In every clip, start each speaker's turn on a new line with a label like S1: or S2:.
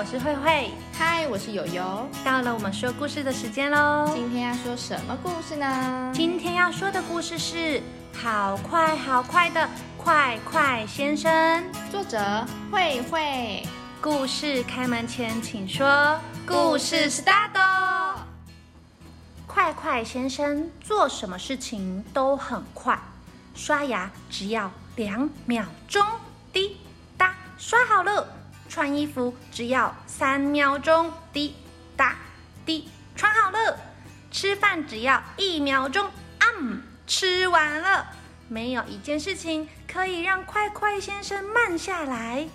S1: 我是慧慧。
S2: 嗨，我是友友。
S1: 到了我们说故事的时间喽。
S2: 今天要说什么故事呢？
S1: 今天要说的故事是《好快好快的快快先生》。
S2: 作者慧慧。
S1: 故事开门前，请说故事 start 哦。快快先生做什么事情都很快，刷牙只要两秒钟，滴答刷好了；穿衣服只要三秒钟，滴答滴穿好了；吃饭只要一秒钟，啊、嗯，吃完了。没有一件事情可以让快快先生慢下来。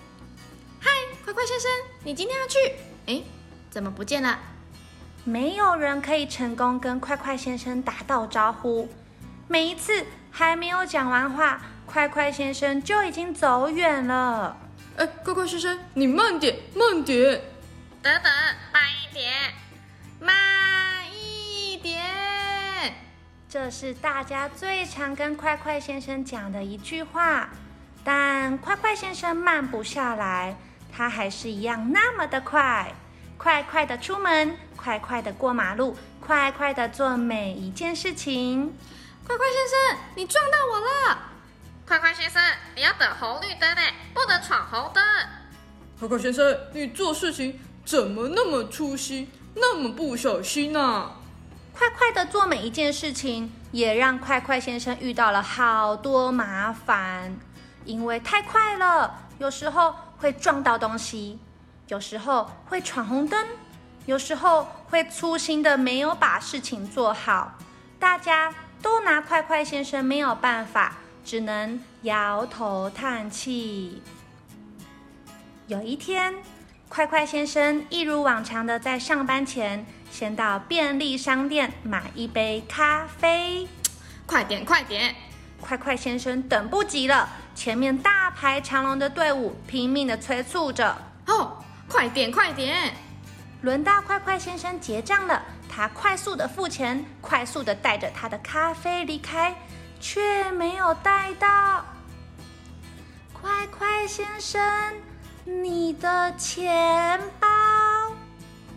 S2: 嗨，快快先生，你今天要去？哎，怎么不见了？
S1: 没有人可以成功跟快快先生打到招呼。每一次还没有讲完话，快快先生就已经走远了。
S2: 哎，快快先生，你慢点，慢点，
S3: 等等，慢一点，
S2: 慢一点。
S1: 这是大家最常跟快快先生讲的一句话，但快快先生慢不下来，他还是一样那么的快。快快的出门，快快的过马路，快快的做每一件事情。
S2: 快快先生，你撞到我了！
S3: 快快先生，你要等红绿灯哎，不能闯红灯。
S4: 快快先生，你做事情怎么那么粗心，那么不小心啊呢、
S1: 快快的做每一件事情，也让快快先生遇到了好多麻烦，因为太快了，有时候会撞到东西，有时候会闯红灯，有时候会粗心的没有把事情做好，大家都拿快快先生没有办法，只能摇头叹气。有一天，快快先生一如往常的在上班前，先到便利商店买一杯咖啡。
S2: 快点，快点！
S1: 快快先生等不及了，前面大排长龙的队伍拼命的催促着。
S2: 哦，快点，快点！
S1: 轮到快快先生结账了，他快速的付钱，快速的带着他的咖啡离开，却没有带到。快快先生，你的钱包！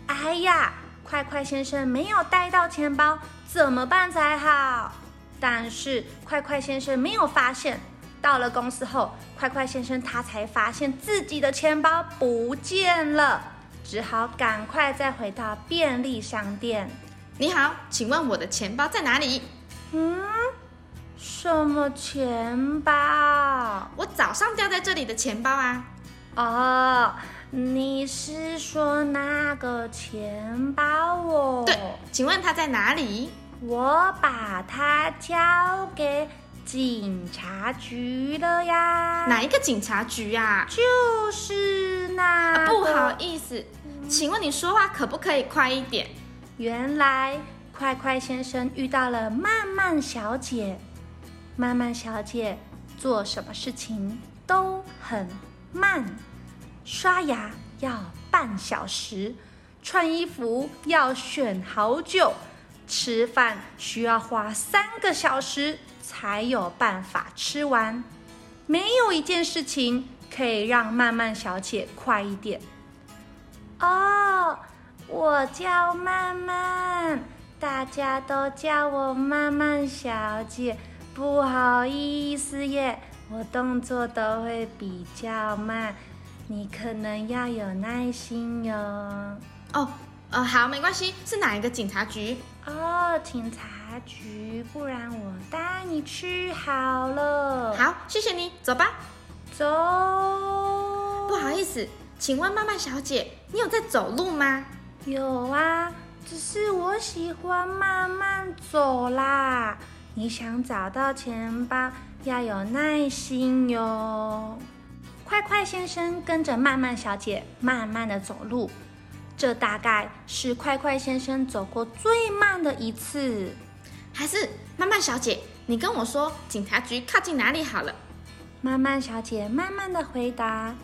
S1: 哎呀，快快先生没有带到钱包，怎么办才好？但是快快先生没有发现，到了公司后，快快先生他才发现自己的钱包不见了，只好赶快再回到便利商店。
S2: 你好，请问我的钱包在哪里？
S1: 嗯，什么钱包？
S2: 我早上掉在这里的钱包啊！
S1: 哦，你是说那个钱包哦？
S2: 对，请问它在哪里？
S1: 我把它交给警察局了呀。
S2: 哪一个警察局啊？
S1: 就是那
S2: 啊
S1: 个、
S2: 不好嗯意思，请问你说话可不可以快一点？
S1: 原来快快先生遇到了曼曼小姐，曼曼小姐做什么事情都很慢，刷牙要半小时，穿衣服要选好久，吃饭需要花三个小时才有办法吃完。没有一件事情可以让曼曼小姐快一点。哦，我叫曼曼，大家都叫我曼曼小姐，不好意思耶，我动作都会比较慢，你可能要有耐心哟。
S2: 哦，呃，好，没关系，是哪一个警察局？
S1: 哦，警察局，不然我带你去好了。，
S2: 好，谢谢你，走吧。
S1: 走。
S2: 不好意思，请问曼曼小姐，你有在走路吗？
S1: 有啊，只是我喜欢慢慢走啦。你想找到钱包，要有耐心哟。快快先生跟着慢慢小姐慢慢的走路，这大概是快快先生走过最慢的一次。
S2: 还是曼曼小姐，你跟我说警察局靠近哪里好了？
S1: 慢慢小姐慢慢的回答：“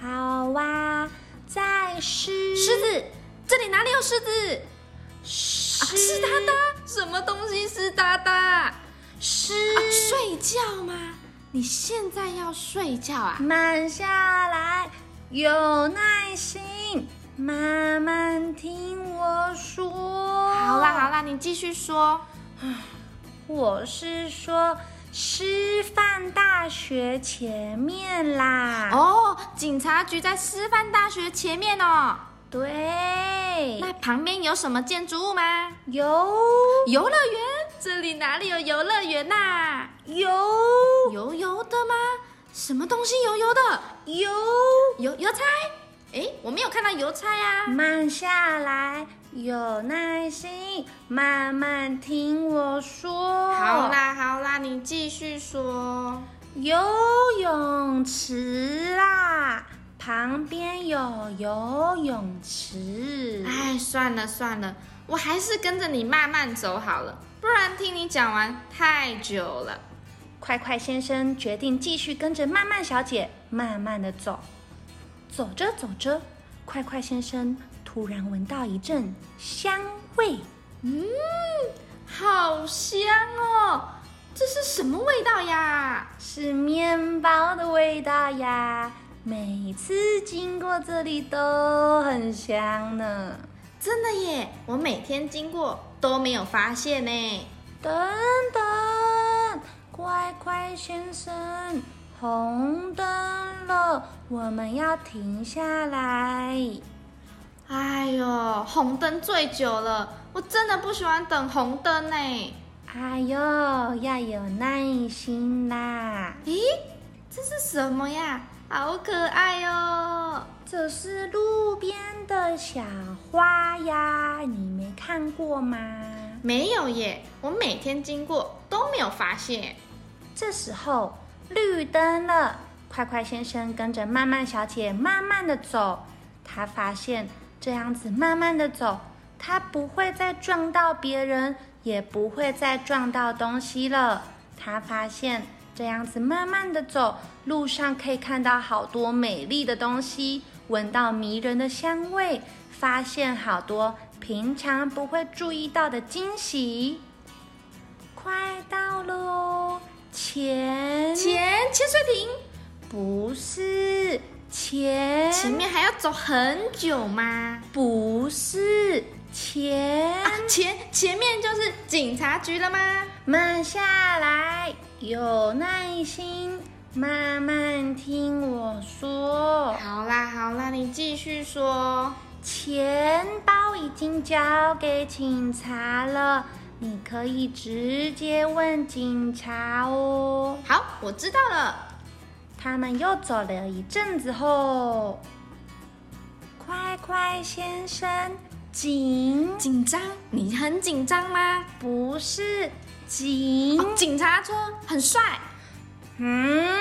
S1: 好啊哇、在狮
S2: 狮子，啊这里哪里有狮子？
S1: 狮
S2: 湿哒哒，什么东西湿哒哒？
S1: 狮
S2: 啊，睡觉吗？你现在要睡觉啊？
S1: 慢下来，有耐心，慢慢听我说。
S2: 好啦好啦，你继续说。
S1: 我是说师范大学前面啦。
S2: 哦，警察局在师范大学前面哦。
S1: 对，
S2: 那旁边有什么建筑物吗？
S1: 有
S2: 游乐园？这里哪里有游乐园啊呐、
S1: 有
S2: 油油的吗？什么东西油油的？
S1: 有，
S2: 油邮差？诶，我没有看到邮差啊。
S1: 慢下来，有耐心，慢慢听我说。
S2: 好，啦好啦，你继续说。
S1: 游泳池哎啦，旁边有游泳池。
S2: 哎，算了算了，我还是跟着你慢慢走好了，不然听你讲完太久了。
S1: 快快先生决定继续跟着慢慢小姐慢慢的走。走着走着，快快先生突然闻到一阵香味，
S2: 好香哦！这是什么味道呀？
S1: 是面包的味道呀！每次经过这里都很香呢。
S2: 真的耶，我每天经过都没有发现呢。
S1: 等等，快快先生，红灯了，我们要停下来。
S2: 哎呦，红灯最久了，我真的不喜欢等红灯呢。
S1: 哎呦，要有耐心啦！
S2: 咦，这是什么呀？好可爱哦！
S1: 这是路边的小花呀，你没看过吗？
S2: 没有耶，我每天经过都没有发现。
S1: 这时候绿灯了，快快先生跟着慢慢小姐慢慢的走。他发现这样子慢慢的走，他不会再撞到别人，也不会再撞到东西了。他发现这样子慢慢的走，路上可以看到好多美丽的东西，闻到迷人的香味，发现好多平常不会注意到的惊喜。快到喽，前
S2: 前潜水艇
S1: 不是前
S2: 前面还要走很久吗？
S1: 不是前、
S2: 啊，前前面就是警察局了吗？
S1: 慢下来，有耐心，慢慢听我说。
S2: 好啦好啦，你继续说。
S1: 钱包已经交给警察了，你可以直接问警察哦。
S2: 好，我知道了。
S1: 他们又走了一阵子后，快快先生，警
S2: 紧张？你很紧张吗？
S1: 不是警，
S2: 哦警察车很帅。
S1: 嗯，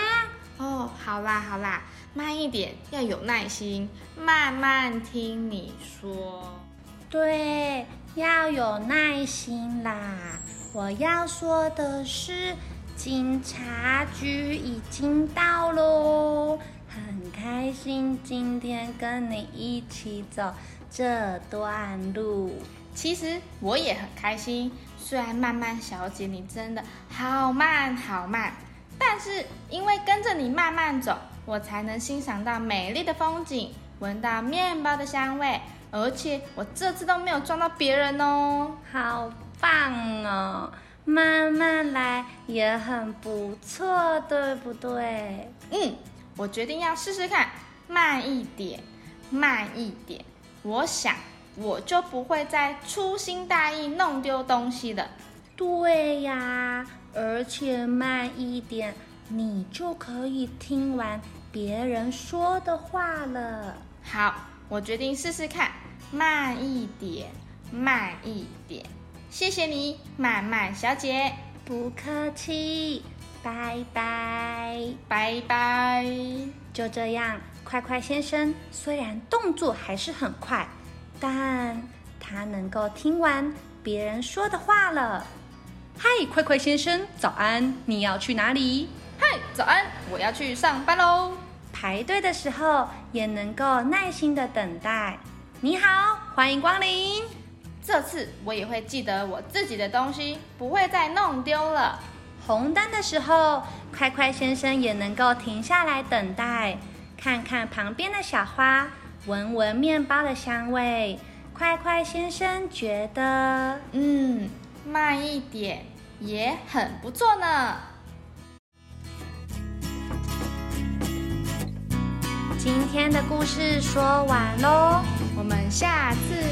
S2: 哦，好啦好啦，慢一点，要有耐心，慢慢听你说。
S1: 对，要有耐心啦。我要说的是，警察局已经到喽，很开心今天跟你一起走这段路。
S2: 其实我也很开心，虽然慢慢小姐你真的好慢好慢，但是因为跟着你慢慢走，我才能欣赏到美丽的风景，闻到面包的香味，而且我这次都没有撞到别人哦。
S1: 好棒哦，慢慢来也很不错，对不对？
S2: 嗯，我决定要试试看，慢一点，慢一点。我想我就不会再粗心大意弄丢东西了。
S1: 对呀，而且慢一点，你就可以听完别人说的话了。
S2: 好，我决定试试看，慢一点，慢一点。谢谢你，慢慢小姐，
S1: 不客气，拜拜。
S2: 拜拜。
S1: 就这样，快快先生虽然动作还是很快，但他能够听完别人说的话了。嗨，快快先生，早安！你要去哪里？
S2: 嗨，早安，我要去上班喽。
S1: 排队的时候也能够耐心的等待。你好，欢迎光临。
S2: 这次我也会记得我自己的东西，不会再弄丢了。
S1: 红灯的时候，快快先生也能够停下来等待。看看旁边的小花，闻闻面包的香味。快快先生觉得，
S2: 嗯，慢一点也很不错呢。
S1: 今天的故事说完喽。
S2: 我们下次